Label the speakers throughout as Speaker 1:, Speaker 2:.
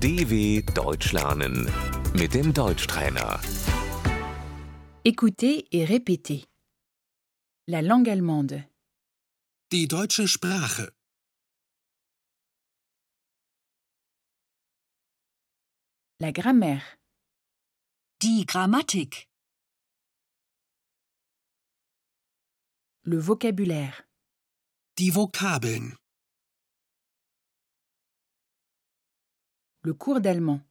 Speaker 1: DW Deutsch lernen mit dem Deutschtrainer.
Speaker 2: Écoutez et répétez. La langue allemande.
Speaker 3: Die deutsche Sprache.
Speaker 2: La grammaire.
Speaker 4: Die Grammatik,
Speaker 2: Le vocabulaire.
Speaker 3: Die Vokabeln.
Speaker 2: Le cours d'allemand.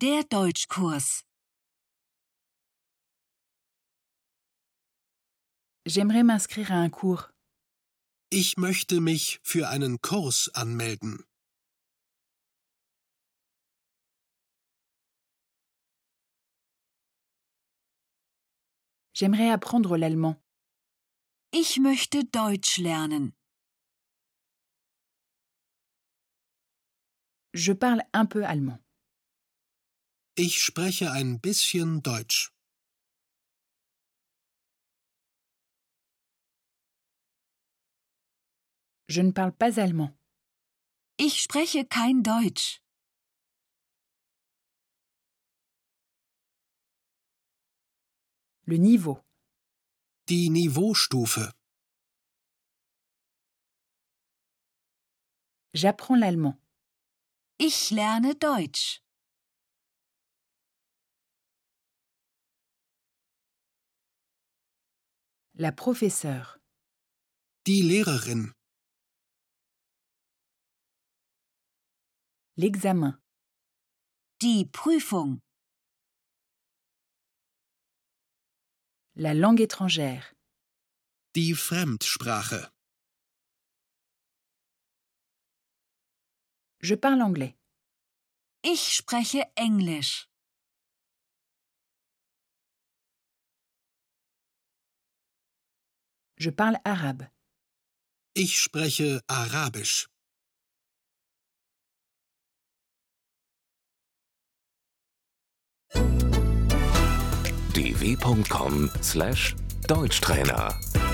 Speaker 4: der Deutschkurs,
Speaker 2: J'aimerais m'inscrire à un cours.
Speaker 3: Ich möchte mich für einen Kurs anmelden.
Speaker 2: J'aimerais apprendre l'allemand.
Speaker 4: ich möchte Deutsch lernen,
Speaker 2: Je parle un peu allemand.
Speaker 3: Ich spreche ein bisschen Deutsch.
Speaker 2: Je ne parle pas allemand.
Speaker 4: ich spreche kein Deutsch,
Speaker 2: Le niveau.
Speaker 3: Die Niveaustufe.
Speaker 2: J'apprends l'allemand.
Speaker 4: ich lerne Deutsch,
Speaker 2: La professeure.
Speaker 3: Die Lehrerin.
Speaker 2: L'examen.
Speaker 4: die Prüfung,
Speaker 2: La langue étrangère.
Speaker 3: Die Fremdsprache.
Speaker 2: Je parle anglais.
Speaker 4: ich spreche Englisch,
Speaker 2: Je parle arabe.
Speaker 3: Ich spreche Arabisch.
Speaker 1: dw.com/deutschtrainer